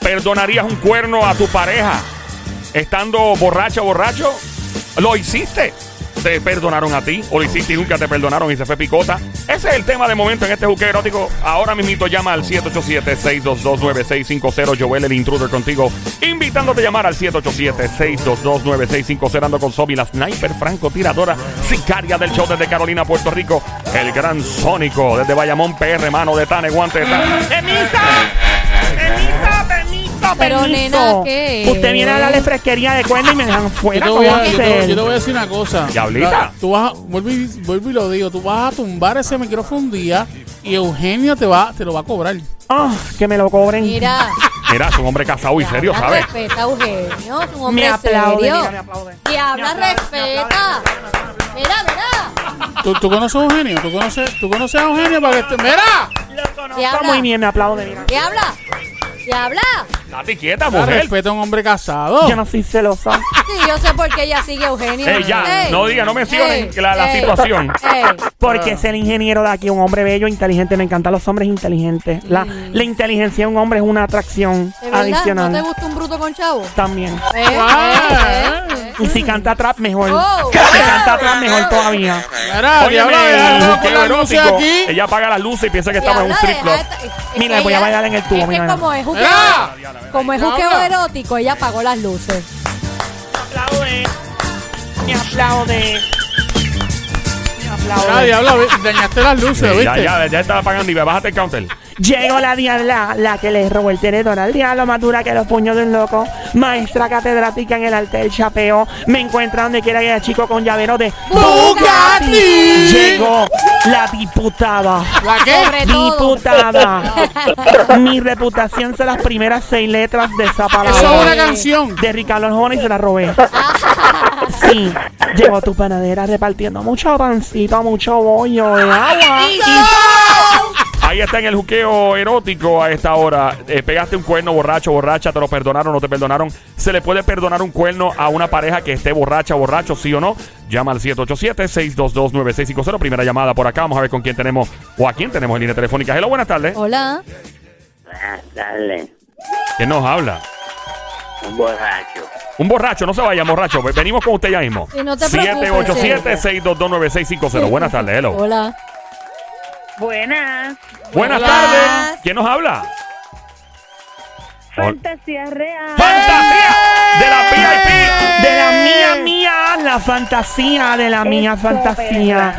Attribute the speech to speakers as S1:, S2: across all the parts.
S1: perdonarías un cuerno a tu pareja estando borracha o borracho? ¿Lo hiciste? ¿Te perdonaron a ti? ¿O lo hiciste y nunca te perdonaron y se fue picota? Ese es el tema de momento en este buque erótico. Ahora mismito llama al 787-622-9650. Joel, el intruder contigo. Invitándote a llamar al 787-622-9650. Ando con Sobi, la sniper francotiradora sicaria del show desde Carolina, Puerto Rico. El gran sónico desde Bayamón, PR, mano de Tane, guante de Tane.
S2: Permiso, permiso,
S3: Pero,
S2: permiso.
S3: nena, ¿qué?
S2: Usted viene a hablar de fresquería de cuerno y me dejan
S4: Yo
S2: fuera.
S4: te, voy
S2: ¿cómo va
S4: a, yo,
S2: ser?
S4: te, yo te voy a decir una cosa.
S1: Diablita.
S4: La- Tú vas a, vuelvo, y, vuelvo y lo digo, tú vas a tumbar ese micrófono un día y Eugenia te va, te lo va a cobrar.
S2: Ah, que me lo cobren.
S3: Mira.
S1: Mira, es un hombre casado y serio,
S3: Diabla
S1: ¿sabes?
S3: Respeta, Eugenio. Es un hombre
S2: Me aplaude,
S3: serio.
S2: mira, me aplaude.
S3: Diabla,
S2: Me aplaude, me
S3: respeta.
S2: aplaude,
S3: Mira, mira.
S4: ¿Tú, tú conoces a Eugenio? ¿Tú conoces, tú conoces a Eugenio para que esté- ¡Mira!
S2: Está
S3: Diabla.
S2: muy bien, me aplaude. Mira.
S3: Diabla. Diabla.
S1: Date quieta,
S4: Ah,
S1: mujer.
S4: Respeta a un hombre casado.
S2: Yo no soy celosa.
S3: Sí, yo sé por qué ella sigue a Eugenio.
S1: Ey, ya, no diga, no mencionen la- la situación.
S3: ey.
S2: Porque
S4: Ah.
S2: es el ingeniero de aquí, un hombre bello, inteligente. Me encantan los hombres inteligentes. La, la inteligencia de un hombre es una atracción
S3: ¿De verdad?
S2: adicional. Ah.
S3: ¿No te gusta un bruto con chavo?
S2: También.
S3: Eh, eh, eh, eh.
S2: Y si canta trap, mejor.
S3: Oh.
S2: si canta trap, mejor todavía.
S4: Mira,
S1: Óyeme,
S4: diabla,
S1: el
S4: déjalo
S1: buqueo
S4: con la luz
S1: erótico.
S4: aquí.
S1: Ella apaga las luces y piensa que estamos en un
S3: Diabla,
S1: strip club. Ah.
S3: deja- es- es
S2: Mira,
S3: que
S2: voy a
S3: ella-
S2: bailar en el tubo,
S3: Es que
S2: mira.
S3: como es juqueo,
S4: Mira.
S3: como es
S4: Diabla.
S3: juqueo erótico, ella apagó las luces.
S2: aplaude. Me aplaude. Me
S4: Mira,
S2: aplaude.
S4: diabla, Ah, ve- dañaste las luces,
S1: Sí,
S4: ¿viste?
S1: ya, ya, ya está apagando y bájate el counter.
S2: Llegó la diabla, la que le robó el tenedor al diablo, más dura que los puños de un loco. Maestra catedrática en el arte del chapeo. Me encuentra donde quiera que haya chico con llavero de
S4: Bugatti.
S2: Llegó la diputada.
S4: ¿La qué?
S3: Sobre todo.
S2: Diputada. Mi reputación son las primeras seis letras de esa palabra.
S4: Eso es una
S3: Eh.
S4: canción.
S2: de Ricardo Arjona y se la robé. Sí, llegó tu panadera repartiendo mucho pancito, mucho bollo de agua.
S1: Ahí está en el juqueo erótico a esta hora. Eh, pegaste un cuerno borracho, borracha, te lo perdonaron, no te perdonaron. ¿Se le puede perdonar un cuerno a una pareja que esté borracha, borracho, sí o no? Llama al 787-622-9650. Primera llamada por acá. Vamos a ver con quién tenemos o a quién tenemos en línea telefónica. Hello, buenas tardes.
S3: Hola.
S5: Buenas tardes,
S1: ¿Quién nos habla?
S5: un borracho.
S1: Un borracho, no se vaya, borracho. Ve- Venimos con usted ya mismo.
S3: Sí, no te preocupes.
S1: 787-622-9650. Buenas tardes, hello.
S3: Hola.
S6: Buenas.
S1: Buenas
S4: Hola.
S1: tardes. ¿Quién nos habla? Hola.
S6: Fantasía real.
S1: ¡Fantasía de la VIP!
S2: De la mía, mía, la fantasía, de la mía,
S6: Eso,
S2: fantasía.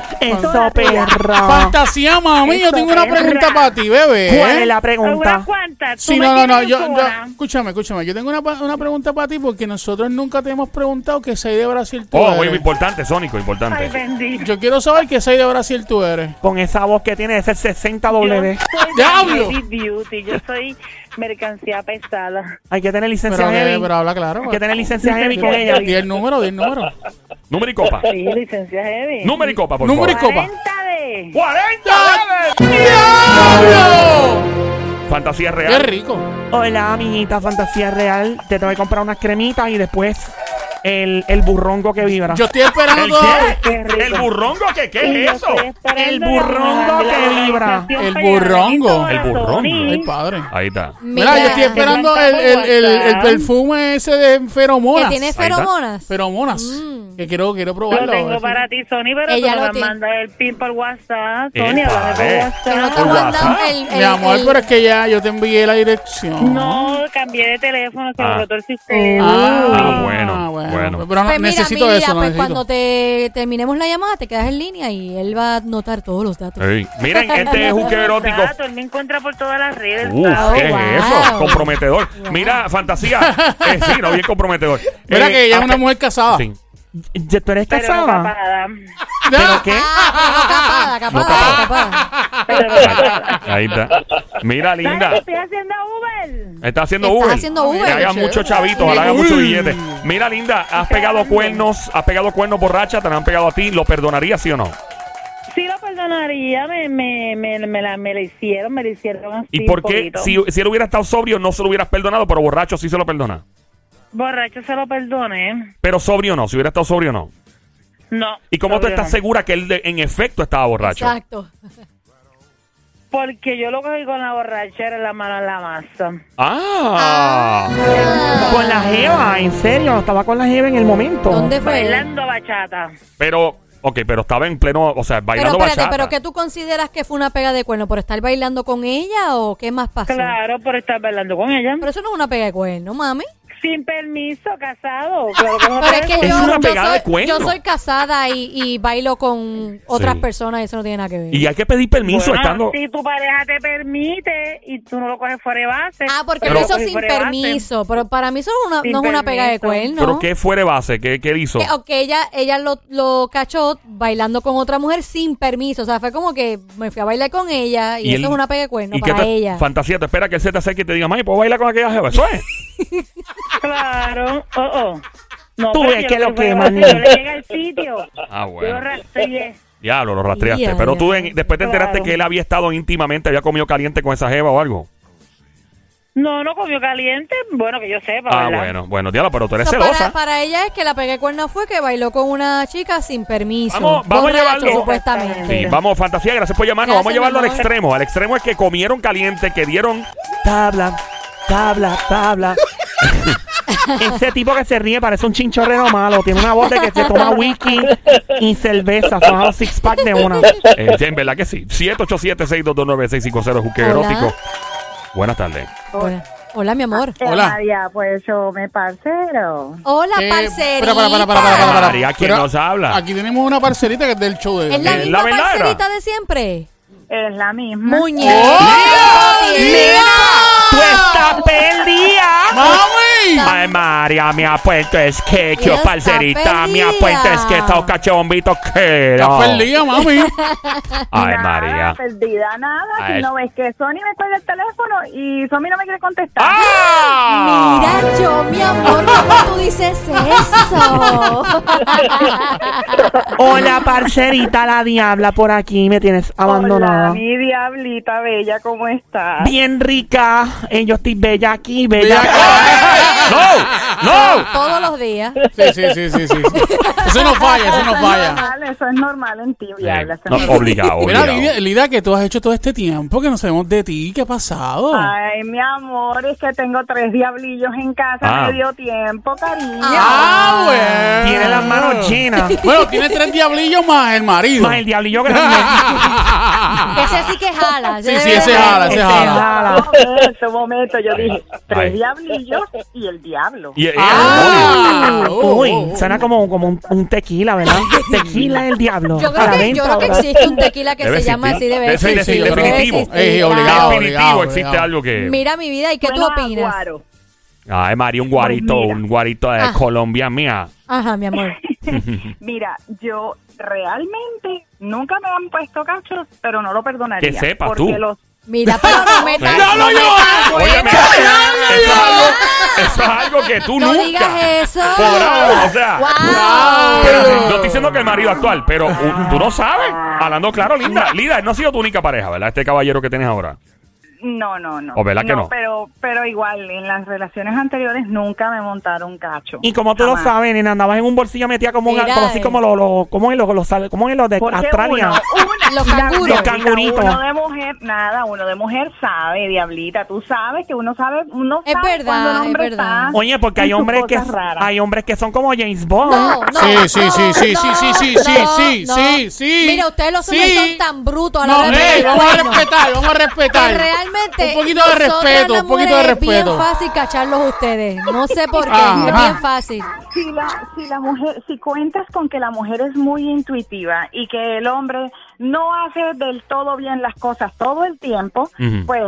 S6: perra.
S2: Eso,
S6: Toda
S2: perra.
S4: Fantasía, ah, mami, yo
S6: Eso,
S4: tengo una
S6: perra.
S4: pregunta para ti, bebé.
S2: ¿Cuál
S6: ¿Eh?
S2: es la
S6: ¿Una
S2: pregunta?
S6: cuanta? ¿Tú
S4: Sí,
S6: me
S4: no, no, no,
S6: tienes
S4: yo, yo-
S6: una?
S4: escúchame, escúchame, yo tengo una, pa- una pregunta para ti porque nosotros nunca te hemos preguntado qué 6 de Brasil tú
S1: Oh, muy
S4: eres.
S1: importante, Sónico, importante.
S6: Pues. Ay, bendito.
S4: Yo quiero saber qué 6 de Brasil tú eres.
S2: Con esa voz que tiene, ese 60
S6: Yo
S2: W.
S6: soy
S4: ¡Diablo!
S6: Baby Beauty, yo soy mercancía pesada.
S2: Hay que tener licencia
S4: Pero, que-
S2: heavy.
S4: pero habla claro. pues.
S2: Hay que tener licencia heavy con ella.
S4: Di el número, di el número.
S1: Número y copa.
S6: Sí, licencia heavy.
S1: Número y copa, por
S4: Número y
S1: favor.
S4: copa.
S6: 40 de...
S1: 40.
S4: ¡Diablo!
S1: Fantasía
S4: ¡Qué
S1: real.
S4: rico!
S2: Hola, amiguita, fantasía real. Te tengo que comprar unas cremitas y después el, el burrongo que vibra.
S4: Yo estoy esperando
S1: ¿El
S4: todavía-
S1: qué?
S6: Qué rico.
S1: ¿El burrongo qué? ¿Qué es
S6: Yo
S1: eso?
S6: estoy esperando
S2: El burrongo
S6: la-
S2: que
S6: la
S2: vibra.
S6: organización
S4: El
S6: para llevar
S4: burrongo.
S1: El
S6: aquí todo a
S1: burrongo.
S6: Sony.
S4: Ay, padre.
S1: Ahí está.
S4: Mira, yo estoy
S3: que
S4: esperando el,
S6: Adelantado
S4: el, el, el
S6: WhatsApp.
S4: perfume ese de feromonas.
S3: tiene
S1: está.
S3: feromonas.
S4: Feromonas.
S3: Mm.
S4: Que quiero, quiero
S6: Lo
S4: probarlo.
S6: tengo para ti, Sony, pero
S3: Ella
S6: tú
S3: lo
S6: no me
S3: tiene.
S6: mandas el pin por WhatsApp.
S1: Eh,
S6: Sony, háblame
S1: padre.
S6: por
S3: Que no te
S1: Por
S6: WhatsApp.
S3: mandan
S1: WhatsApp.
S3: el, el,
S4: Mi amor,
S3: el-
S4: pero es que ya yo te envié la dirección.
S6: No, cambié de teléfono, se
S1: Ah.
S6: me rotó el sistema.
S1: Ah,
S4: Ah,
S1: bueno, bueno.
S4: Pero no,
S3: Pues mira,
S4: necesito
S3: mira,
S4: eso, no
S3: pues
S4: necesito.
S3: cuando te terminemos la llamada, te quedas en línea y él va a anotar todos los datos.
S1: Ey, Miren, este es juqueo erótico.
S6: Exacto, él me encuentra por todas las redes.
S1: Uf,
S6: ¿sabes?
S1: ¿qué
S3: Oh, wow.
S1: es eso? Comprometedor. Mira, fantasía. Eh, sí, no, bien comprometedor.
S4: Mira
S1: Eh,
S4: que ella es
S1: ah,
S4: una mujer casada.
S1: sí.
S2: Yo- ¿Tú eres
S6: Pero no
S2: casada?
S6: tapada.
S2: ¿Pero qué?
S3: Ah, no, capada, capada, capada.
S6: Pero no tapada.
S1: Ahí está. Mira, linda.
S6: Dale, estoy haciendo Uber.
S1: Está haciendo
S3: Estás
S1: Uber.
S3: haciendo Uber.
S1: Que haga
S4: Chévere.
S1: muchos chavitos, ojalá haga
S4: Uy.
S1: muchos billetes. Mira, linda, has pegado cuernos, has pegado cuernos borracha, te la han pegado a ti, ¿lo perdonarías, sí o no?
S6: Sí, lo perdonaría. Me, me, me, me la, me la hicieron, me la hicieron así.
S1: ¿Y por
S6: un
S1: qué
S6: poquito.
S1: si, si él hubiera estado sobrio no se lo hubieras perdonado, pero borracho sí se lo perdona?
S6: Borracho se lo perdone.
S1: Pero sobrio no, si hubiera estado sobrio no.
S6: No.
S1: ¿Y cómo tú
S6: obvio
S1: estás
S6: no.
S1: segura que él de- en efecto estaba borracho?
S3: Exacto.
S6: Porque yo lo cogí con la borrachera en la mano en la masa.
S1: Ah.
S2: Con la jeva, en serio, estaba con la jeva en el momento.
S3: ¿Dónde fue?
S6: Bailando bachata.
S1: Pero, ok, pero estaba en pleno, o sea,
S3: Pero
S1: bailando
S3: espérate,
S1: bachata.
S3: ¿pero qué tú consideras que fue una pega de cuerno? ¿Por estar bailando con ella o qué más pasó?
S6: Claro, por estar bailando con ella.
S3: Pero eso no es una pega de cuerno, mami.
S6: Sin permiso, casado. Claro que no
S3: Pero es
S6: tengo.
S3: que
S1: Es
S3: yo,
S1: una
S3: yo
S1: pegada de
S3: soy,
S1: cuerno.
S3: yo soy casada y, y bailo con otras
S1: Sí.
S3: personas y eso no tiene nada que ver.
S1: Y hay que pedir permiso
S6: Bueno,
S1: estando.
S6: Si tu pareja te permite y tú no lo coges fuera de base.
S3: ah, porque
S1: Pero-
S3: lo hizo
S6: Coges
S3: sin
S6: fuera de base.
S3: permiso. Pero para mí eso es una-
S6: Sin
S3: no es una pega de
S6: permiso.
S3: cuerno.
S1: Pero qué fuera de base, qué, qué hizo.
S3: Que- o que ella, ella lo, lo cachó bailando con otra mujer sin permiso. O sea, fue como que me fui a bailar con ella y,
S1: Y
S3: eso
S1: él-
S3: es una pega de cuerno
S1: ¿y qué
S3: para
S1: te-
S3: ella.
S1: Fantasía, te espera que él se te acerque y te diga, mami, ¿puedo bailar con aquella jeva? Eso es.
S6: Claro. Oh, oh. No,
S2: Tú
S6: pero
S2: ves
S6: yo
S2: que
S6: no
S2: lo
S6: fui fuera
S2: queman.
S6: de base, Yo le llegué al sitio.
S1: Ah,
S6: Yo
S1: bueno.
S6: lo rastreé.
S1: Diablo, lo rastreaste.
S3: Ya,
S1: pero tú
S3: ya.
S1: en- después te enteraste
S6: Claro.
S1: que él había estado íntimamente, había comido caliente con esa jeva o algo.
S6: No, no comió caliente. Bueno, que yo sepa,
S1: Ah,
S6: ¿verdad?
S1: bueno, bueno, diablo, pero tú eres
S3: So,
S1: celosa.
S3: para, para ella es que la pega de cuerno fue que bailó con una chica sin permiso.
S1: Vamos- vamos a
S3: Borracho,
S1: llevarlo.
S3: supuestamente.
S1: Sí, vamos, fantasía, gracias por llamarnos. Vamos a
S3: Gracias,
S1: llevarlo al
S3: mi amor.
S1: extremo. Al extremo es que comieron caliente, que dieron.
S2: Tabla, tabla, tabla. Ese tipo que se ríe parece un chinchorrero malo. Tiene una voz de que se toma whisky y cerveza. Se baja un six pack de una.
S1: eh, sí, en verdad que sí. 787-622-9650, juqueo
S3: Hola.
S1: erótico. Buenas tardes.
S3: Hola. Hola, mi amor.
S1: Eh,
S4: Hola.
S6: María, pues yo me parcero.
S3: Hola,
S4: Eh,
S3: parcerita.
S4: Para, para, para, para, para, para, para.
S1: María, ¿quién
S4: Pero
S1: nos habla?
S4: Aquí tenemos una parcerita que es del show de.
S3: Es la
S1: Eh,
S3: misma
S1: la verdad era.
S3: parcerita de siempre.
S6: Es la misma.
S3: Muñeca.
S4: ¡Oh! ¡Mira!
S2: ¡Tú estás perdida!
S4: ¡Mami!
S1: Ay, María, mi apuesto es que
S3: Ella
S1: yo,
S3: está
S1: parcerita, mi
S3: perdida.
S1: apuesto es que está cachombito que
S4: Estás
S1: no.
S4: perdida, mami.
S1: Ay,
S7: Nada,
S1: María.
S7: Perdida, nada.
S1: Ay.
S7: Si no ves que Sony me cuelga el teléfono y Sony no me quiere contestar.
S1: ¡Ah!
S3: Mira, yo, mi amor, ¿cómo tú dices eso?
S2: Hola, parcerita, la diabla por aquí. Me tienes abandonada.
S7: Hola, mi diablita bella, ¿cómo estás?
S2: Bien rica. Eh, yo estoy bella aquí, bella.
S1: ¡No! ¡No!
S3: Todos los días.
S4: Sí, sí, sí, sí, sí. sí. Eso no falla, eso no
S7: Eso es
S4: falla.
S7: normal, eso es normal en ti, diabla.
S1: Eh,
S7: eso es
S1: no,
S7: normal.
S1: obligado,
S4: Mira,
S1: obligado.
S4: Lidia, Lidia, que tú has hecho todo este tiempo que no sabemos de ti. ¿Qué ha pasado?
S1: Oh.
S7: Ay, mi amor, es que tengo tres diablillos en casa,
S1: Ah.
S7: me dio tiempo, cariño.
S4: Ah, bueno.
S2: Tiene las manos llenas.
S4: Bueno, tiene tres diablillos más el marido.
S2: Más el diablillo grande.
S3: Ese sí que jala.
S4: Sí, sí, ese jala, ese
S2: Ese
S4: jala.
S2: jala.
S7: No, En ese momento yo dije,
S1: Este, Ay.
S7: tres diablillos y el diablo.
S1: Y- eh, y-
S4: Ah, oh,
S2: Uy,
S4: oh, oh.
S2: suena como, como un, un tequila, ¿verdad? tequila el diablo.
S3: Yo
S2: A
S3: creo,
S2: la
S3: que,
S2: venta
S3: yo creo que
S2: ahora.
S3: existe un tequila que
S1: Debe
S3: se llama así,
S1: existir.
S3: debe
S1: Debe
S4: Sí, sí, yo creo que-
S1: Definitivo.
S3: existir.
S4: Ey, obligado,
S1: Definitivo,
S4: obligado,
S1: existe
S4: obligado.
S1: algo que.
S3: Mira mi vida, ¿y qué tú
S7: Suena
S3: opinas?
S7: aguaro.
S1: Ay, María, un guarito,
S7: Pues mira.
S1: un guarito de
S3: Ah.
S1: Colombia mía.
S3: Ajá, mi amor.
S7: Mira, yo realmente nunca me han puesto cachos, pero no lo perdonaría.
S1: Que sepa
S7: porque
S1: tú.
S7: los
S3: Mira, pero no me
S1: Mira,
S3: no
S1: no
S3: me
S1: llores.
S3: tan-
S1: Óyeme, eso es algo- eso es algo que tú
S3: No
S1: nunca
S3: digas eso.
S1: podrás, o sea,
S3: ¡Oh! Wow.
S1: Pero, no estoy diciendo que el marido actual, pero uh, tú no sabes. Hablando claro, Linda. Linda, no ha sido tu única pareja, ¿verdad? Este caballero que tienes ahora.
S7: No, no, no.
S1: ¿O verdad que no?
S7: Pero, pero igual, en las relaciones anteriores nunca me montaron cacho.
S2: Y como tú lo
S7: Jamás.
S2: sabes, nena, andabas en un bolsillo metía como, un,
S3: Mira,
S2: como así
S3: eh.
S2: como los lo, como en los los sal- como en los de
S7: Porque
S2: Australia.
S7: uno- una-
S3: Los
S7: la-
S3: canguros.
S2: Los canguritos.
S7: Uno de mujer, nada, uno de mujer sabe, diablita. Tú sabes que uno sabe, uno
S3: Es
S7: sabe
S3: verdad,
S7: cuando un
S3: es
S7: hombre
S3: verdad.
S7: está
S2: Oye, porque
S7: en
S2: hay
S7: sus
S2: hombres que
S7: cosas raras.
S2: hay hombres que son como James Bond.
S3: No, no,
S4: Sí, sí, sí,
S3: no,
S4: sí,
S3: no,
S4: sí, sí, sí,
S3: no,
S4: sí, sí,
S3: no.
S4: sí, sí.
S3: Mira, ustedes los
S4: Sí.
S3: hombres son tan brutos a la
S4: No,
S3: hora de
S4: ey,
S3: pedir
S4: vamos a
S3: cuernos.
S4: respetar, vamos a respetar.
S3: Que realmente
S4: Un poquito de
S3: nosotras
S4: respeto,
S3: las
S4: un poquito de
S3: mujeres Es bien
S4: respeto.
S3: fácil cacharlos ustedes. No sé por qué, es
S4: Ajá.
S3: bien fácil.
S7: Si la, si la mujer, si cuentas con que la mujer es muy intuitiva y que el hombre no hace del todo bien las cosas todo el tiempo,
S1: Ujú.
S7: pues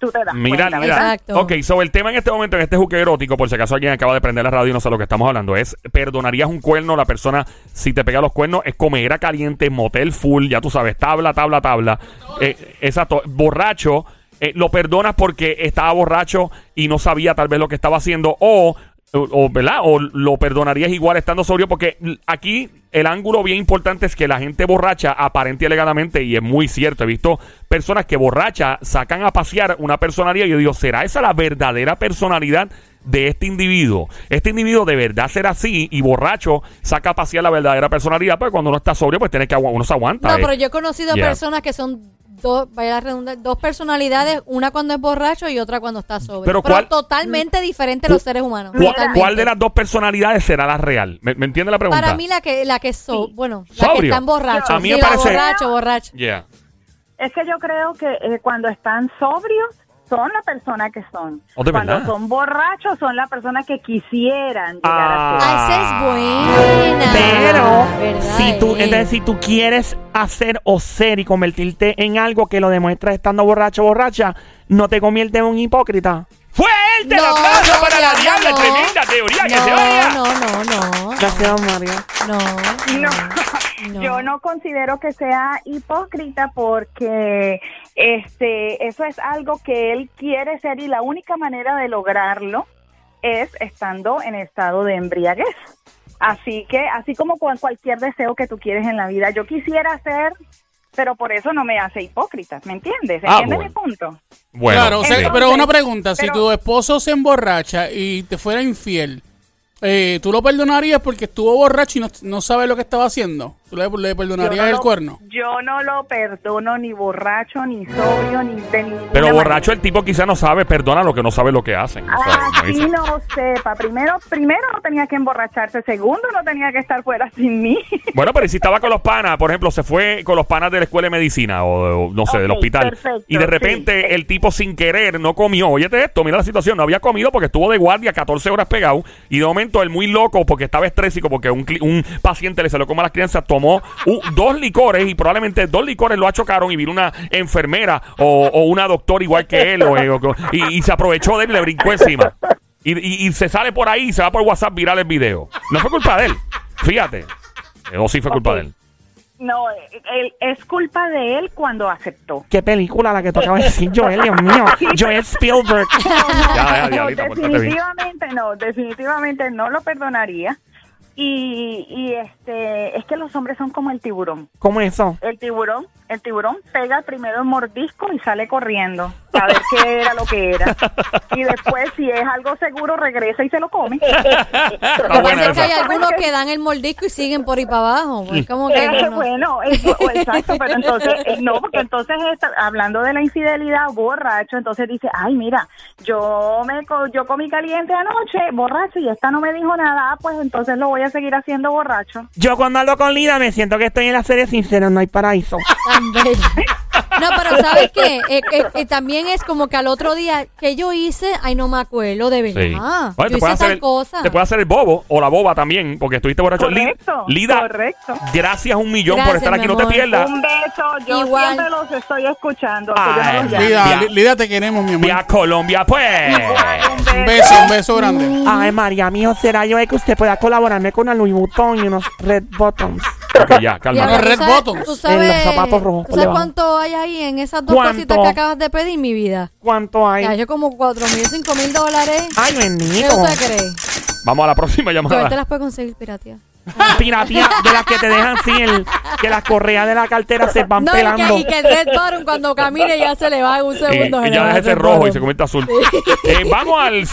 S7: tú te das
S1: Mira,
S7: cuenta,
S1: mira.
S7: ¿verdad?
S3: Exacto.
S1: Ok, sobre el tema en este momento, en este juque erótico, por si acaso alguien acaba de prender la radio y no sabe lo que estamos hablando, es perdonarías un cuerno, la persona si te pega los cuernos, es comedera caliente, motel full, ya tú sabes, tabla, tabla, tabla. Eh, exacto, borracho, eh, lo perdonas porque estaba borracho y no sabía tal vez lo que estaba haciendo, o, o, o, ¿verdad? O lo perdonarías igual estando sobrio, porque l- aquí el ángulo bien importante es que la gente borracha, aparente y alegadamente, y es muy cierto, he visto personas que borracha sacan a pasear una personalidad y yo digo, ¿será esa la verdadera personalidad de este individuo? Este individuo de verdad será así y borracho saca a pasear la verdadera personalidad, pero cuando uno está sobrio, pues tiene que pues agua- uno se aguanta.
S3: No,
S1: eh.
S3: pero yo he conocido
S1: Yeah.
S3: personas que son dos, vaya la redundancia, dos personalidades, una cuando es borracho y otra cuando está sobrio.
S1: Pero ¿cuál-
S3: totalmente diferentes los seres humanos.
S1: ¿Cuál,
S3: totalmente.
S1: cuál de las dos personalidades será la real? ¿Me, me entiende la pregunta?
S3: Para mí la que la que es so, bueno, la que
S1: Sobrio.
S3: están borrachos.
S1: A mí
S3: sí,
S1: me
S3: la
S1: parece-
S3: borracho, borracho.
S1: Yeah.
S7: Es que yo creo que eh, cuando están sobrios son la persona que son.
S1: Oh, ¿de
S7: cuando
S1: verdad?
S7: son borrachos son la persona que quisieran llegar a ser.
S3: Ah, esa es
S2: Pero
S3: buena. ¿Verdad,
S2: si tú,
S3: eh?
S2: entonces, si tú quieres hacer o ser y convertirte en algo que lo demuestras estando borracho o borracha, no te conviertes en un hipócrita.
S1: ¡Fuerte el
S3: No,
S1: aplauso
S3: no,
S1: para la
S3: no,
S1: diabla!
S3: no.
S1: ¡Tremenda teoría que
S3: no,
S1: se vaya!
S3: No, no, no,
S2: Gracias, María.
S3: no.
S7: No,
S3: No.
S7: yo no considero que sea hipócrita porque este eso es algo que él quiere ser y la única manera de lograrlo es estando en estado de embriaguez. Así que, así como con cualquier deseo que tú quieres en la vida, yo quisiera ser, pero por eso no me hace hipócrita, ¿me entiendes?
S1: Ah,
S7: ¿Entiendes
S1: bueno.
S7: mi punto?
S1: Bueno,
S4: claro, o sea,
S1: sí.
S7: Entonces,
S4: pero una pregunta, si
S7: pero-
S4: tu esposo se emborracha y te fuera infiel, eh, ¿tú lo perdonarías porque estuvo borracho y no, no sabe lo que estaba haciendo? ¿Tú le, le
S7: Yo
S4: perdonarías
S7: no
S4: el
S7: lo-
S4: cuerno?
S7: Yo no lo perdono ni borracho, ni sobrio, ni de ninguna
S1: pero
S7: manera.
S1: borracho el tipo quizá no sabe, perdona lo que no sabe lo que hacen. O sea, como
S7: Así
S1: dice.
S7: Ah, no sepa. Primero, primero no tenía que emborracharse. Segundo, no tenía que estar fuera sin mí.
S1: Bueno, pero ¿y si estaba con los panas, por ejemplo, se fue con los panas de la escuela de medicina o, o no sé, del
S7: Ok,
S1: hospital.
S7: perfecto,
S1: y de
S7: sí.
S1: repente el tipo sin querer no comió. Óyete esto, mira la situación, no había comido porque estuvo de guardia 14 horas pegado y de momento el muy loco porque estaba estrésico porque un, cli- un paciente le salió como a las crianzas, tomó u- dos licores y probablemente dos licores lo achocaron y vino una enfermera o, o una doctora igual que él o- o- y, y se aprovechó de él y le brincó encima. Y, y- y se sale por ahí y se va por WhatsApp viral el video. No fue culpa de él, fíjate. Eh, O sí fue culpa
S7: Ok.
S1: de él.
S7: No, él, es culpa de él cuando aceptó.
S2: Qué película la que tú acabas de decir, Joel, Dios mío. Joel Spielberg.
S1: Ya, ya,
S7: No,
S1: Diablita, pórtate bien.
S7: definitivamente no, definitivamente no lo perdonaría. Y, y este, es que los hombres son como el tiburón.
S2: ¿Cómo es eso?
S7: El tiburón, el tiburón pega primero el mordisco y sale corriendo a ver qué era lo que era. Y después, si es algo seguro, regresa y se lo come.
S1: Está
S3: Lo que
S1: buena
S3: pasa es que
S1: esa.
S3: hay algunos que dan el mordisco y siguen por ahí para abajo. pues, como que
S7: Eh,
S3: no, no.
S7: bueno, eh, o- o exacto, pero entonces, eh, no, porque entonces está- hablando de la infidelidad, borracho, entonces dice, ay, mira, yo me co- yo comí caliente anoche, borracho, y esta no me dijo nada, ah, pues entonces lo voy a seguir haciendo borracho.
S2: Yo cuando hablo con Lida me siento que estoy en la serie Sincero, no hay paraíso.
S3: Tan bello. No, pero ¿sabes qué? Eh, eh, eh, también es como que al otro día que yo hice, ay, no me acuerdo de verdad.
S1: Sí. Oye,
S3: yo
S1: te, puede
S3: hice
S1: hacer
S3: Ah, tal
S1: el,
S3: cosa.
S1: te puede hacer el bobo o la boba también, porque estuviste borracho. Li-
S7: Correcto,
S1: Lida,
S7: correcto.
S1: gracias un millón por
S3: Gracias,
S1: estar aquí.
S3: mi
S1: No te
S3: amor.
S1: pierdas.
S7: Un beso, yo
S3: Igual.
S7: siempre los estoy escuchando. que yo no
S1: Ay,
S7: los llamo.
S1: Ya.
S4: Lida, Li- Lida, te queremos, mi
S1: Via
S4: amor.
S1: Colombia, pues.
S4: Un beso, un beso grande.
S2: Ay, María, mijo, será yo que usted pueda colaborarme con una Louis Vuitton y unos Red Buttons.
S1: Ok, ya,
S3: Ya,
S1: calma.
S4: Diabla.
S3: ¿tú
S4: Red
S3: sabes-
S4: Buttons.
S3: ¿Tú sabes,
S2: En los zapatos rojos,
S3: ¿tú sabes
S2: le
S3: cuánto hay ahí en esas dos
S2: ¿Cuánto?
S3: cositas que acabas de pedir, mi vida?
S2: ¿Cuánto
S3: Ya,
S2: hay?
S3: yo como cuatro mil, cinco mil dólares.
S1: Ah,
S2: Ay,
S3: ¿Qué
S2: bendito.
S3: usted cree?
S1: Vamos a la próxima
S3: Joel te
S1: llamada.
S3: las puede conseguir piratea.
S2: Piratía de las que te dejan sin el, que las correas de la cartera se van
S3: No, y
S2: pelando.
S3: que, y que el Red Baron cuando camine ya se le va en un
S1: Y,
S3: segundo.
S1: Eh, y ya deja
S3: general,
S1: ese
S3: Red
S1: rojo y
S3: Baron.
S1: se convierte azul. Eh, vamos al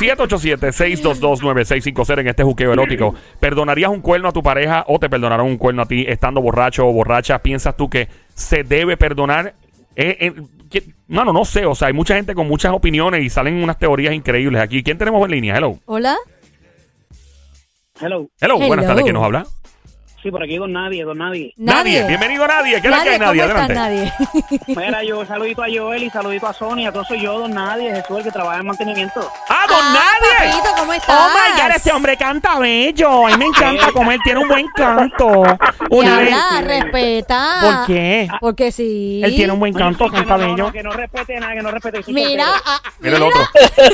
S1: 787-622-9650 en este juqueo erótico. ¿Perdonarías un cuerno a tu pareja o te perdonaron un cuerno a ti estando borracho o borracha? ¿Piensas tú que se debe perdonar? Eh, eh, que- mano, no sé. O sea, hay mucha gente con muchas opiniones y salen unas teorías increíbles aquí. ¿Quién tenemos en línea? Hello.
S3: ¿Hola?
S8: Hello.
S1: Hello. Buenas
S3: Hello.
S1: tardes. ¿Quién nos habla?
S8: Sí, por aquí don Nadie, don Nadie.
S3: Nadie.
S1: Bienvenido, Nadie. ¿Qué es la que
S3: Nadie,
S1: hay,
S3: ¿cómo
S1: Nadie?
S3: estás,
S1: Adelante.
S3: nadie?
S8: Mira, yo saludito a Joel y saludito a Sonia. Todo soy yo, don Nadie, Jesús, el que trabaja en mantenimiento.
S2: ¡Ah, don
S3: Ah,
S2: nadie!
S3: papito, ¿cómo estás?
S2: Oh my god, este hombre canta bello. A mí me encanta como él tiene un buen canto. Una vez.
S3: Diabla, respeta.
S2: ¿Por qué?
S3: Porque sí.
S2: Él tiene un buen canto,
S8: que,
S2: canta
S8: no, no,
S2: bello.
S8: no, que no respete nada, que no respete. soy
S3: Mira,
S8: soltero.
S3: ah,
S1: Mira el otro.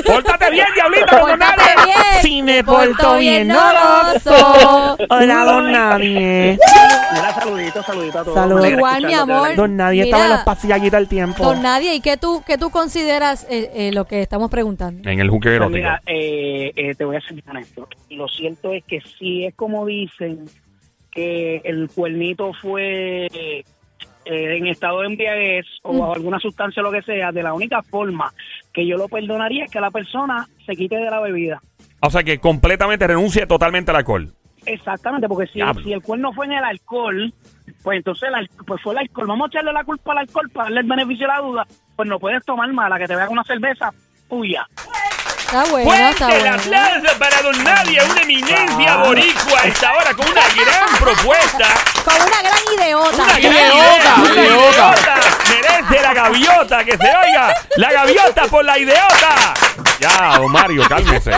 S1: ¡Pórtate bien, diablita! como
S3: Pórtate
S1: nadie!
S3: bien.
S2: Si me porto bien, no lo
S3: soy.
S2: soy. Hola, don nadie.
S8: Mira, saludito, saludito a todos.
S2: Saludos.
S8: Mira,
S3: Igual, mi
S8: escuchándote,
S3: amor.
S2: Don nadie
S3: Mira.
S2: estaba en los pasillos del tiempo.
S3: Don Nadie, ¿y qué tú, qué tú consideras eh, eh, lo que estamos preguntando?
S1: En el juqueo
S8: Pues
S1: erótico.
S8: Mira, eh, eh, te voy a ser honesto. Lo cierto es que sí es como dicen que el cuernito fue eh, en estado de embriaguez o
S3: Mm.
S8: bajo alguna sustancia o lo que sea. De la única forma que yo lo perdonaría es que la persona se quite de la bebida.
S1: O sea, que completamente renuncie totalmente al alcohol.
S8: Exactamente, porque si,
S1: Diablo.
S8: si el cuerno fue en el alcohol, Pues entonces el al- pues fue el alcohol. Vamos a echarle la culpa al alcohol para darle el beneficio de la duda. Pues no puedes tomar mala, que te vea con una cerveza tuya.
S3: Está bueno, está
S1: Fuerte el
S3: bueno.
S1: aplauso para Don Nadie, una eminencia boricua a esta hora con una gran propuesta.
S3: Con una gran ideota.
S1: Una gran
S4: Ideota,
S1: idea, una
S4: ideota.
S1: ideota. Merece la gaviota que se oiga. La gaviota por la ideota. Ya, don Mario, cálmese.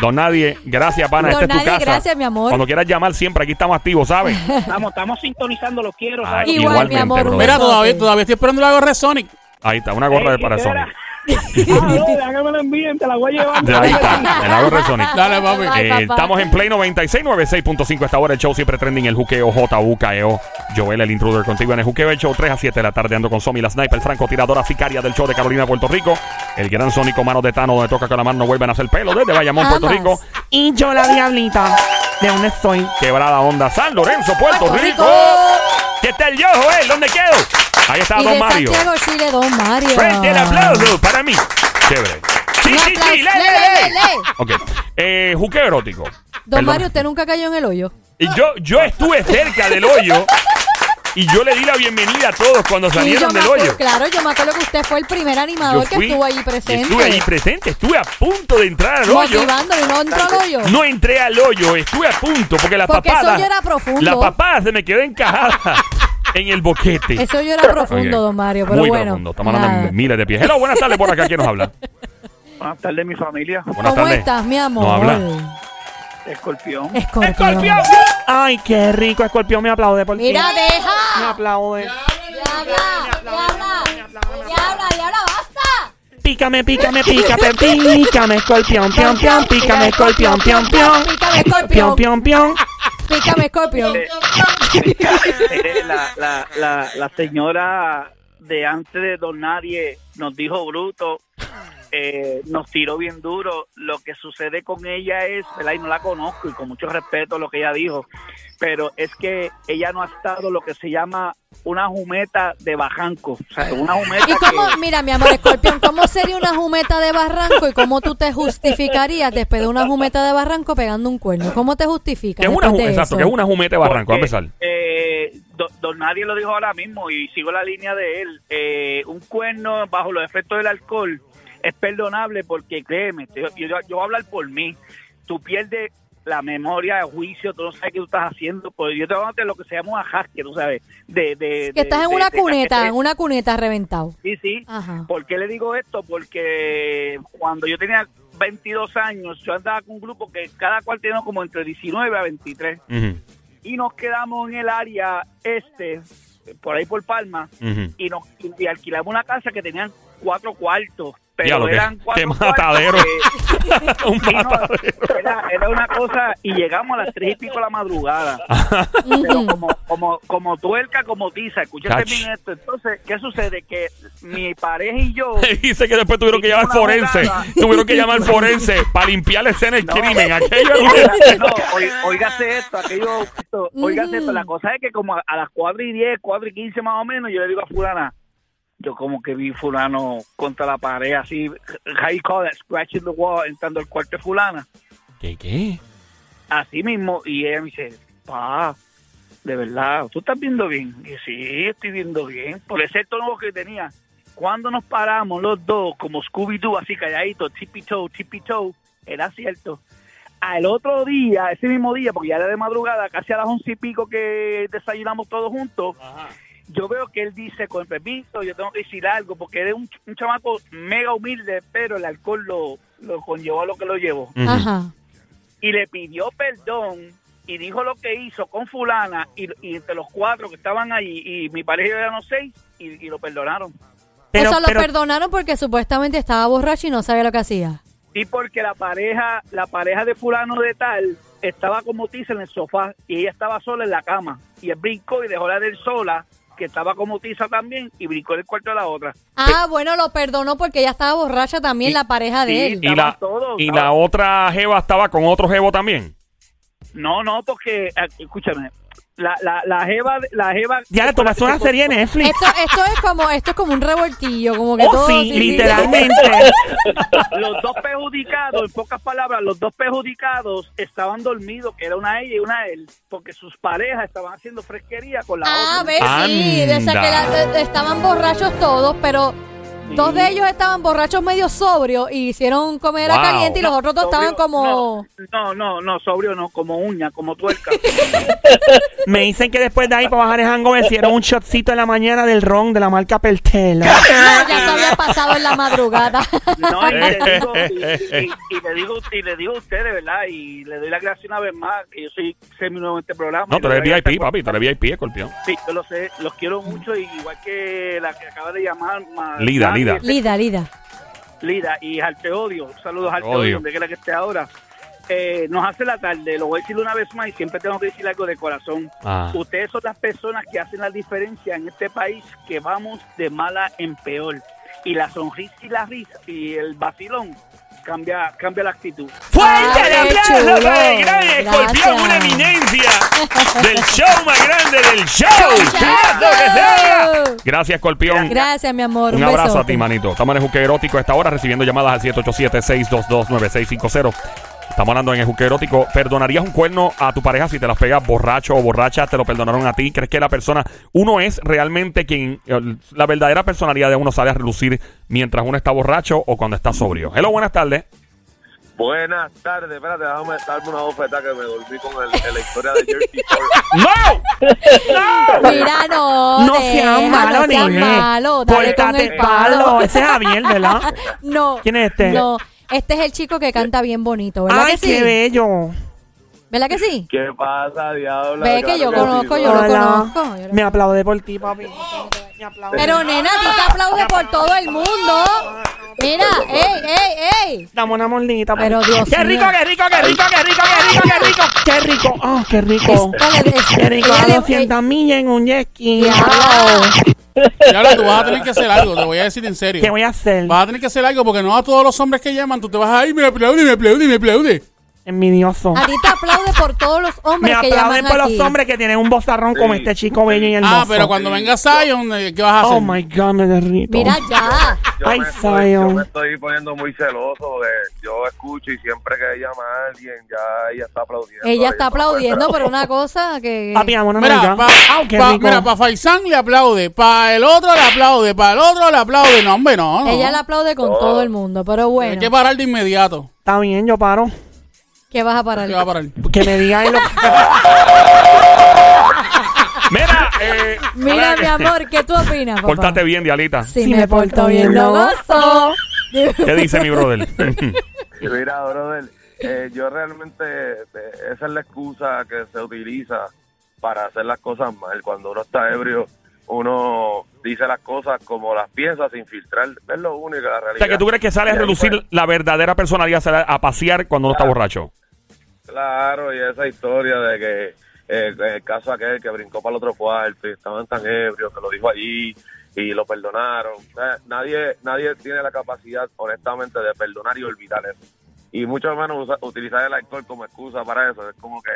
S1: Don Nadie, gracias, pana.
S3: Don
S1: esta es tu
S3: Nadie,
S1: casa.
S3: gracias, mi amor.
S1: Cuando quieras llamar siempre, aquí estamos activos, ¿sabes?
S8: Vamos, estamos sintonizando, lo quiero.
S1: Ay,
S8: ¿sabes?
S3: Igual, mi amor,
S1: brother.
S3: un
S4: Mira,
S3: beso.
S4: todavía, todavía estoy esperando la gorra de Sonic.
S1: Ahí está, una gorra de
S8: Ey,
S1: para
S8: ¿qué era?
S1: Sonic.
S8: Ah, no, Eh, déjame que me la envíen, te la voy a llevar.
S1: Ahí está, en la gorra de Sonic.
S4: Dale, papi.
S3: Ay,
S1: Eh,
S3: papá.
S1: estamos en Play 96, 96.5 esta hora. El show siempre trending. El juqueo JUKEO. E Joel, el intruder contigo en el juqueo. El show 3 a 7 de la tarde. Ando con Somi, la sniper, francotiradora sicaria del show de Carolina, Puerto Rico. El gran sónico mano de Tano, donde toca con la mano, no vuelven a hacer pelo. Desde Bayamón, Puerto
S3: Amas.
S1: Rico.
S2: Y yo la diablita. ¿De dónde soy?
S1: Quebrada onda, San Lorenzo, Puerto,
S3: Puerto
S1: Rico.
S3: Rico.
S1: ¿Qué tal yo, Joel? eh, ¿Dónde quedo? Ahí está
S3: Y de
S1: Don Mario.
S3: Santiago, Chile, Don Mario.
S1: Frente el aplauso para mí. Chévere. Sí,
S3: Un
S1: sí,
S3: aplauso.
S1: sí, le,
S3: Le, le,
S1: le,
S3: le.
S1: le. Ok. Eh, juqueo erótico.
S3: Don
S1: Perdón.
S3: Mario, usted nunca cayó en el hoyo.
S1: Y yo, yo estuve cerca del hoyo y yo le di la bienvenida a todos cuando salieron
S3: yo me
S1: del
S3: acuerdo-
S1: hoyo.
S3: Claro, yo me acuerdo que usted fue el primer
S1: Yo
S3: animador
S1: fui,
S3: que estuvo allí presente.
S1: Estuve allí presente, estuve a punto de entrar al hoyo.
S3: Motivándolo y no entró al hoyo.
S1: No entré al hoyo, estuve a punto porque la
S3: Porque
S1: papada.
S3: eso ya era profundo.
S1: La papada se me quedó encajada en el boquete.
S3: Eso yo era profundo,
S1: Ok.
S3: don Mario, pero
S1: Muy
S3: bueno.
S1: profundo, estamos hablando
S3: nada.
S1: de miles de pies. Hello, buenas tardes por acá, ¿quién nos habla?
S8: Buenas tardes, mi familia.
S1: Buenas
S3: ¿Cómo
S1: tardes.
S3: estás, mi amor?
S1: No habla.
S8: Escorpión.
S3: Escorpión.
S1: ¡Escorpión!
S2: Ay, qué rico. Escorpión me aplaude por ti.
S3: Mira,
S2: Me
S3: deja.
S2: aplaude.
S3: Diabla, diabla, diabla, diabla, basta.
S2: Pícame, pícame, pícame, pícame, escorpión, pión, pión, pícame, escorpión, pión, pión.
S3: Pícame, escorpión.
S2: Pión, pión, pión.
S3: Ah, Pícame, escorpión.
S8: Eh, la, la, la, la señora de antes de Don Nadie nos dijo bruto, eh, nos tiró bien duro. Lo que sucede con ella es, ¿verdad? Y no la conozco y con mucho respeto lo que ella dijo, pero es que ella no ha estado lo que se llama una jumeta de bajanco. O sea, una jumeta
S3: ¿Y cómo,
S8: que...
S3: mira, mi amor, escorpión, cómo sería una jumeta de barranco y cómo tú te justificarías después de una jumeta de barranco pegando un cuerno? ¿Cómo te
S1: Que
S3: justificas?
S1: es una,
S3: después
S1: ju-
S3: de
S1: exacto,
S3: eso?
S1: que es una jumeta de barranco, a
S8: Porque,
S1: empezar.
S8: eh, do- don Nadie lo dijo ahora mismo y sigo la línea de él. Eh, un cuerno bajo los efectos del alcohol es perdonable porque, créeme, te- yo, yo, yo voy a hablar por mí. Tú pierdes la memoria, el juicio, tú no sabes qué tú estás haciendo. Pues yo te voy a hacer lo que se llama un ajasque, tú sabes. De, de-
S3: Que
S8: de-
S3: estás en
S8: de-
S3: una
S8: de-
S3: cuneta, en Ah. una cuneta reventado.
S8: Sí, sí.
S3: Ajá.
S8: ¿Por qué le digo esto? Porque cuando yo tenía 22 años, yo andaba con un grupo que cada cual tenía como entre 19 a 23
S1: Ujú,
S8: y nos quedamos en el área este, por ahí por Palma,
S1: ujú.
S8: y, nos, y- y alquilamos una casa que tenían cuatro cuartos,
S1: Ya
S8: pero
S1: lo que-
S8: eran cuatro
S1: qué
S8: cuartos
S1: matadero.
S8: que-
S1: Un
S8: sí, no,
S1: matadero.
S8: era, era una cosa, y llegamos a las tres y pico de la madrugada,
S1: Ah.
S8: pero
S3: Ujú.
S8: como, como, como tuerca, como tiza, escúchate
S1: Ach.
S8: bien esto, entonces, ¿qué sucede? Que mi pareja y yo...
S1: Dice que después tuvieron que
S8: Y
S1: llamar
S8: una
S1: forense.
S8: abogada.
S1: Tuvieron que llamar forense para limpiar la escena del
S8: No.
S1: crimen. Aquello era una-
S8: No, oi- oígase esto, aquello, esto, oígase esto. La
S3: Ujú.
S8: cosa es que como a, a las 4 y 10, 4 y 15 más o menos, yo le digo a fulana, yo como que vi fulano contra la pared así, high call that, scratching the wall, entrando al cuarto de fulana,
S1: ¿Qué, qué?
S8: así mismo, y ella me dice, pa, de verdad, ¿tú estás viendo bien? Y yo, sí, estoy viendo bien, por ese tono que tenía. Cuando nos paramos los dos, como Scooby-Doo, así calladitos, tippy-toe, tippy-toe, era cierto al otro día, ese mismo día, porque ya era de madrugada, casi a las once y pico que desayunamos todos juntos, yo veo que él dice, con el permiso, yo tengo que decir algo, porque eres un, ch- un chamaco mega humilde, pero el alcohol lo, lo conllevó a lo que lo llevó.
S1: Ujú.
S3: Ajá.
S8: Y le pidió perdón y dijo lo que hizo con fulana y, y entre los cuatro que estaban allí, y mi pareja eran los seis, y, y lo perdonaron.
S3: Eso lo perdonaron porque supuestamente estaba borracho y no sabía lo que hacía.
S8: Y porque la pareja, la pareja de fulano de tal estaba como tiza en el sofá y ella estaba sola en la cama. Y él brincó y dejó la del sola, que estaba como tiza también, y brincó en el cuarto de la otra.
S3: Ah, bueno, lo perdonó porque ella estaba borracha también,
S1: Y-
S3: la pareja de
S8: sí,
S3: él.
S1: Y la,
S8: Estaban todos,
S1: y
S8: estaban-
S1: la otra jeva estaba con otro jevo también.
S8: No, no, porque, eh, ah, escúchame, la, la, la jeva, la jeva.
S2: Ya le tomaste una serie de Netflix.
S3: Esto, esto es como, esto es como un revoltillo, como que
S2: Oh,
S3: todo.
S2: sí,
S3: sí, sí.
S2: literalmente.
S8: Los dos perjudicados, en pocas palabras, los dos perjudicados estaban dormidos, que era una ella y una él, porque sus parejas estaban haciendo fresquería con la
S3: Ah,
S8: otra.
S3: ves, sí, de esa que la-
S1: Anda.
S3: de- estaban borrachos todos, pero dos de ellos estaban borrachos medio sobrios y hicieron comer a
S1: Wow.
S3: caliente y los otros dos estaban
S8: Sobrio,
S3: como...
S8: No, no, no, no, sobrio no, como uña, como tuerca.
S2: Me dicen que después de ahí, para bajar el hangover, hicieron un shotcito en la mañana del ron de la marca Pertela.
S3: No, ya se había pasado en la madrugada.
S8: No, y le digo, y, y- y le digo, y le digo a ustedes, ¿verdad? Y le doy las gracias una vez más, que yo soy semi nuevo en este programa.
S1: No,
S8: Y
S1: tú
S8: le
S1: eres
S8: doy las
S1: VIP,
S8: gracias
S1: papi. Tú
S8: por-
S1: eres VIP, escorpión.
S8: Sí, yo lo sé, los quiero mucho, y igual que la que acaba de llamar. ma-
S1: Lida,
S8: Mari,
S1: Lida.
S3: Lida, Lida.
S8: Lida y Jarte Odio, saludos Jarte
S1: Odio.
S8: Odio, donde quiera que esté ahora. Eh, nos hace la tarde, lo voy a decir una vez más y siempre tengo que decir algo de corazón.
S1: Ah.
S8: Ustedes son las personas que hacen la diferencia en este país, que vamos de mala en peor. Y la sonrisa y la risa y el vacilón cambia, cambia la actitud.
S1: ¡Fuerte el
S3: Ah, qué
S1: aplauso
S3: chulo.
S1: para el gran escorpión!
S3: Gracias.
S1: Una eminencia del show más grande del show.
S3: Chao.
S1: ¡Claro que sí! Gracias, escorpión.
S3: Gracias, mi amor.
S1: Un abrazo a ti,
S3: besote.
S1: manito. Estamos en el Juque Erótico a esta hora, recibiendo llamadas al 787-622-9650. Estamos hablando en el Juque Erótico. ¿Perdonarías un cuerno a tu pareja si te las pegas borracho o borracha? ¿Te lo perdonaron a ti? ¿Crees que la persona, uno es realmente quien, el- la verdadera personalidad de uno sale a relucir mientras uno está borracho o cuando está sobrio? Hello, buenas tardes.
S9: Buenas tardes, espérate, déjame darme una bofetada que me dormí con el, el- la historia de Jersey Shore.
S1: ¡No!
S3: Mira, no.
S2: No seas
S3: deja,
S2: malo,
S3: no seas
S2: nene.
S3: malo. Dale con
S2: Pórtate
S3: el palo.
S2: palo. Ese es Javier, ¿verdad?
S3: No.
S2: ¿Quién es este?
S3: No. Este es el chico que canta bien bonito, ¿verdad
S2: Ay,
S3: que
S2: qué
S3: sí?
S2: bello.
S3: ¿Verdad que sí?
S9: ¿Qué pasa, diablo?
S3: Ve que yo conozco, yo lo
S2: Hola.
S3: conozco. yo lo-
S2: Me aplaudé por ti, papi. Me aplaudé.
S3: Pero nena, a ti te aplaude por todo el mundo. Mira, ey, ey, ey.
S2: Dame una mordita.
S3: Pero
S2: papi.
S3: Dios
S2: qué
S3: mío.
S2: rico, qué rico, qué rico, qué rico, qué rico, qué rico. Qué rico. Ah, qué rico.
S4: Este.
S3: Dale, es-
S2: Qué rico.
S3: ella
S2: A
S3: le-
S2: 200 millas en un jet ski.
S3: ella- este,
S4: Claro, tú vas a tener que hacer algo, te voy a decir en serio.
S2: ¿Qué voy a hacer?
S4: Vas a tener que hacer algo porque no a todos los hombres que llaman, tú te vas a ir, me aplaude, me aplaude, me aplaude.
S2: Envidioso.
S3: A ti te aplaude por todos los
S2: Me
S3: hombres que
S2: aplauden
S3: llaman
S2: por
S3: aquí.
S2: los hombres que tienen un bozarrón como este chico bello y hermoso.
S4: Ah, pero cuando venga Zion, eh, ¿qué vas a hacer?
S2: Oh, my God, me derrito.
S3: Mira ya.
S2: Ay,
S9: me estoy, yo
S2: Zion.
S9: me estoy poniendo muy celoso. De, yo escucho y siempre que llama a alguien, ya ella está aplaudiendo.
S3: Ella está
S9: no puede
S3: aplaudiendo
S9: ser.
S3: por una cosa que...
S2: Papi, dame una
S4: Mira,
S2: nalga.
S4: pa,
S2: Ah, qué
S4: pa-
S2: rico.
S4: mira, pa Faisán le aplaude, para el otro le aplaude, para el otro le aplaude. No, hombre, no. no.
S3: Ella le aplaude con todo el mundo, pero
S4: Hay
S3: bueno,
S4: que parar de inmediato.
S2: Está bien, yo paro.
S3: ¿qué vas a parar?
S4: ¿Qué va a parar?
S2: Que me diga él lo
S1: Mira, eh,
S3: Mira, mi amor, ¿qué tú opinas, papá?
S1: Pórtate bien, Dialita.
S3: Si me porto bien, lo gozo.
S1: ¿Qué dice mi brother?
S9: Mira, brother, eh, yo realmente, eh, esa es la excusa que se utiliza para hacer las cosas mal. Cuando uno está ebrio, uno dice las cosas como las piensas sin filtrar. Es lo único, la
S1: o
S9: realidad.
S1: sea, que tú crees que sale a
S9: Y ahí,
S1: relucir
S9: pues,
S1: la verdadera personalidad, sale a pasear cuando uno está borracho.
S9: Claro, y esa historia de que eh, el caso aquel que brincó para el otro cuarto y estaban tan ebrios que lo dijo allí y lo perdonaron. Eh, Nadie nadie tiene la capacidad, honestamente, de perdonar y olvidar eso. Y mucho menos usa- utilizar el alcohol como excusa para eso. Es como que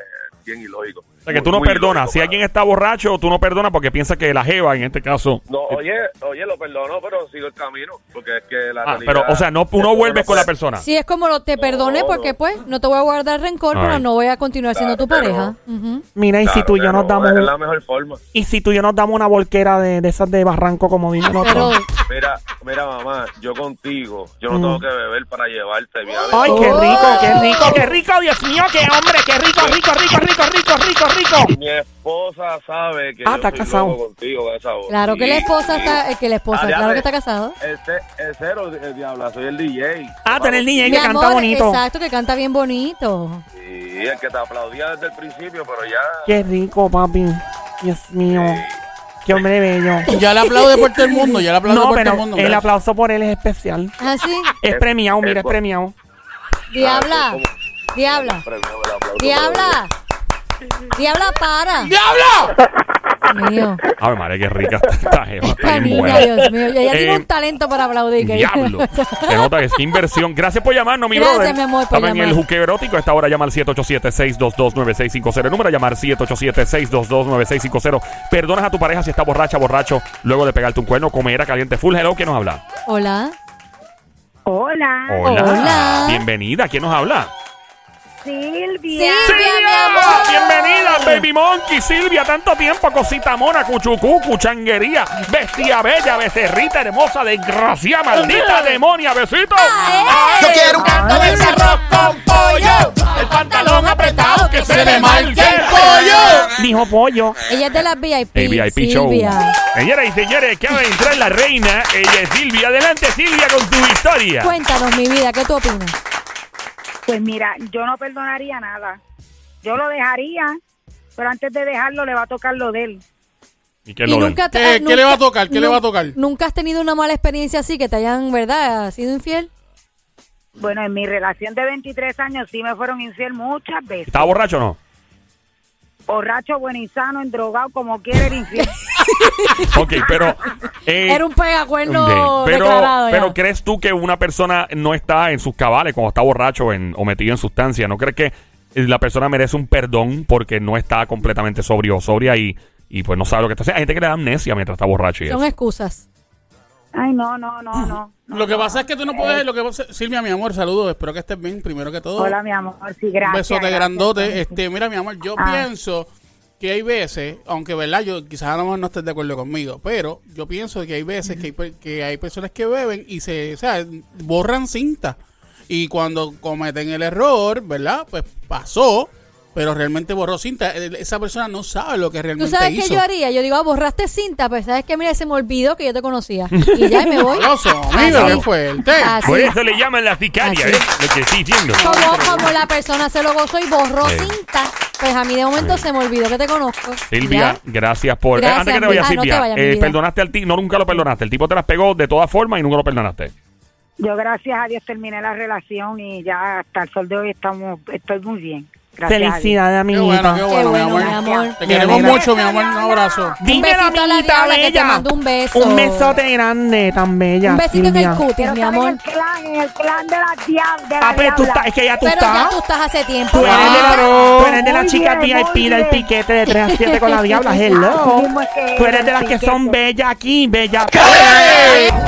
S9: bien ilógico.
S1: O sea, que tú no perdonas. Si alguien está borracho, tú no perdonas porque piensas que la jeva, en este caso.
S9: No, oye, oye, lo perdonó, pero sigo el camino. Porque es que la
S1: Ah,
S9: realidad-
S1: pero, o sea, no, uno vuelve con la persona.
S3: Si es como lo, te perdoné porque pues no te voy a guardar rencor, pero
S1: Ay.
S3: no voy a continuar siendo tu
S9: Claro,
S3: pareja. Ujú.
S2: Mira, y si
S9: Claro,
S2: tú y yo
S9: claro,
S2: nos damos
S9: Es
S2: un-
S9: la mejor forma.
S2: y si tú y yo nos damos una volquera de, de esas de barranco como dicen
S3: Ah, Pero
S2: nosotros.
S9: Mira, mira, mamá, yo contigo, yo no
S2: Mm.
S9: tengo que beber para llevarte.
S3: Oh.
S9: Mira,
S2: Ay, qué rico, qué rico, qué rico, Dios mío, qué hombre, qué rico, rico, rico, rico, rico, rico, rico.
S9: Mi esposa sabe que
S2: Ah,
S9: yo
S2: está
S9: estoy
S2: casado.
S9: loco contigo con esa voz.
S3: claro que la esposa está, eh, que la esposa,
S9: Ah, ya
S3: claro
S9: ve.
S3: que está casado.
S9: El cero, el diablo, soy el DJ.
S2: Ah, tener el DJ que
S3: Mi
S2: canta
S3: amor,
S2: bonito.
S3: exacto, que canta bien bonito.
S9: Sí, el que te aplaudía desde el principio, pero ya...
S2: Qué rico, papi. Dios mío. Qué hombre bello.
S4: Ya le aplaude por todo el mundo, ya le aplaude
S2: No,
S4: por todo el
S2: pero
S4: mundo.
S2: el aplauso por él es especial.
S3: Así,
S2: Es
S9: Es-
S2: premiado, mira,
S9: es
S2: es premiado.
S3: Ah, diabla, diabla,
S9: Pero no, el aplauso,
S3: diabla. Diabla, para.
S4: ¡Diablo!
S3: Dios mío.
S1: Ay, madre, qué rica está esta jeva. Está
S3: Esta
S1: bien
S3: niña,
S1: buena.
S3: Dios mío. Ella tiene
S1: Eh,
S3: un talento para aplaudir. que-
S1: Diablo. Se nota que es inversión. Gracias por llamarnos, mi
S3: Gracias,
S1: brother.
S3: mi amor, por
S1: Estamos en
S3: llamar.
S1: el juqueo erótico. A esta hora llama al 787-622-9650. El número a llamar 787-622-9650. Perdonas a tu pareja si está borracha, borracho, luego de pegarte un cuerno. Comera caliente full. Hello, ¿quién nos habla?
S3: Hola.
S7: Hola.
S3: Hola.
S1: Bienvenida. ¿Quién nos habla?
S7: Silvia.
S3: Silvia, mi amor.
S1: Bienvenida, Baby Monkey, Silvia. Tanto tiempo, cosita mona, cuchucú, cuchanguería, bestia bella, becerrita hermosa, desgracia, maldita demonia, besito.
S3: Eh. ¡Ay!
S10: Yo quiero un canto de ese arroz
S1: con pollo, el pantalón apretado que
S4: se le marque el pollo.
S2: Dijo pollo.
S3: Ella es de las VIP.
S1: El VIP show.
S3: Silvia.
S1: Señoras y señores, acaba de entrar la reina, ella es Silvia. Adelante, Silvia, con tu historia.
S3: Cuéntanos, mi vida, ¿qué tú opinas?
S7: Pues mira, yo no perdonaría nada. Yo lo dejaría, pero antes de dejarlo le va a tocar lo de él.
S1: ¿Y qué es
S3: Y
S1: lo de-
S3: nunca te-
S4: ¿Qué-
S3: ah,
S4: Eh, qué le va a tocar? ¿Qué le va a tocar?
S3: ¿Nunca has tenido una mala experiencia así que te hayan, verdad, sido infiel?
S7: Bueno, en mi relación de 23 años sí me fueron infiel muchas veces.
S1: ¿Estaba borracho o no?
S7: Borracho, bueno y sano, endrogado, como quiera, era infiel.
S1: Ok, pero. eh,
S3: Era un pegacuerno
S1: ok, pero,
S3: declarado ya.
S1: pero ¿crees tú que una persona no está en sus cabales cuando está borracho en- o metido en sustancia? ¿No crees que la persona merece un perdón porque no está completamente sobrio o sobria y, y pues no sabe lo que está haciendo? Hay gente que le da amnesia mientras está borracho y eso.
S3: Son excusas.
S7: Ay, no, no, no, no.
S4: Lo que pasa es que tú no puedes. Lo que pasa- Silvia, mi amor, saludos. Espero que estés bien, primero que todo.
S7: Hola, mi amor, sí, gracias.
S4: Un besote
S7: gracias.
S4: grandote. Este, mira, mi amor, yo
S7: Ah.
S4: pienso que hay veces, aunque verdad, yo quizás a lo mejor no estés de acuerdo conmigo, pero yo pienso que hay veces que hay, per- que hay personas que beben y se, o sea, borran cinta. Y cuando cometen el error, ¿verdad? Pues pasó, pero realmente borró cinta. El- Esa persona no sabe lo que
S3: ¿Tú
S4: realmente
S3: sabes
S4: hizo.
S3: qué yo haría? Yo digo, ah, borraste cinta, pero sabes que mira, se me olvidó que yo te conocía. Y ya y me voy.
S4: Sabroso, amigo,
S3: Así.
S4: qué fuerte.
S3: Así.
S1: Por eso le llaman la sicaria,
S3: Así.
S1: ¿eh? Lo que estoy diciendo.
S3: Como, como la persona se lo gozó y borró
S1: Sí.
S3: cinta, pues a mí de momento se me olvidó que te conozco.
S1: Silvia,
S3: ¿Ya?
S1: gracias por. eh,
S3: Gracias,
S1: antes que te
S3: mi-
S1: vaya,
S3: ah, no te
S1: Silvia,
S3: vayas, mi
S1: eh,
S3: vida.
S1: perdonaste al tipo. No, nunca lo perdonaste. El tipo te las pegó de todas formas y nunca lo perdonaste.
S7: Yo, gracias a Dios, terminé la relación y ya hasta el sol de hoy estamos, estoy muy bien. Gracias a Dios.
S2: Felicidades,
S4: Qué
S2: amiguita.
S4: bueno, qué
S3: Qué
S4: bueno, mi
S3: bueno,
S4: amor.
S3: mi amor.
S4: Te
S2: Me
S4: queremos
S2: alegra.
S4: mucho, mi amor. Un abrazo.
S2: Dímelo,
S3: besito a la
S2: amiguita
S3: diabla, que te
S2: bella.
S3: mando un beso.
S2: Un besote grande, tan bella.
S3: Un besito en el
S2: Silvia.
S3: cutis,
S7: Quiero
S3: mi
S7: estar en
S3: amor.
S7: el clan, en el clan de la diabla. De la
S2: Ah, pero tú
S7: diabla.
S2: estás, es que ya tú
S3: Pero ya
S2: estás.
S3: tú estás hace tiempo.
S2: Tú eres, de la,
S4: Claro.
S2: tú eres de las
S7: Muy
S2: chicas
S7: bien, muy
S2: VIP del
S7: bien.
S2: piquete de 3 a 7 con la diabla. Hello.
S7: Así mismo es que
S2: Tú eres
S7: es,
S2: de las que
S7: piquete.
S2: son bellas aquí, bellas.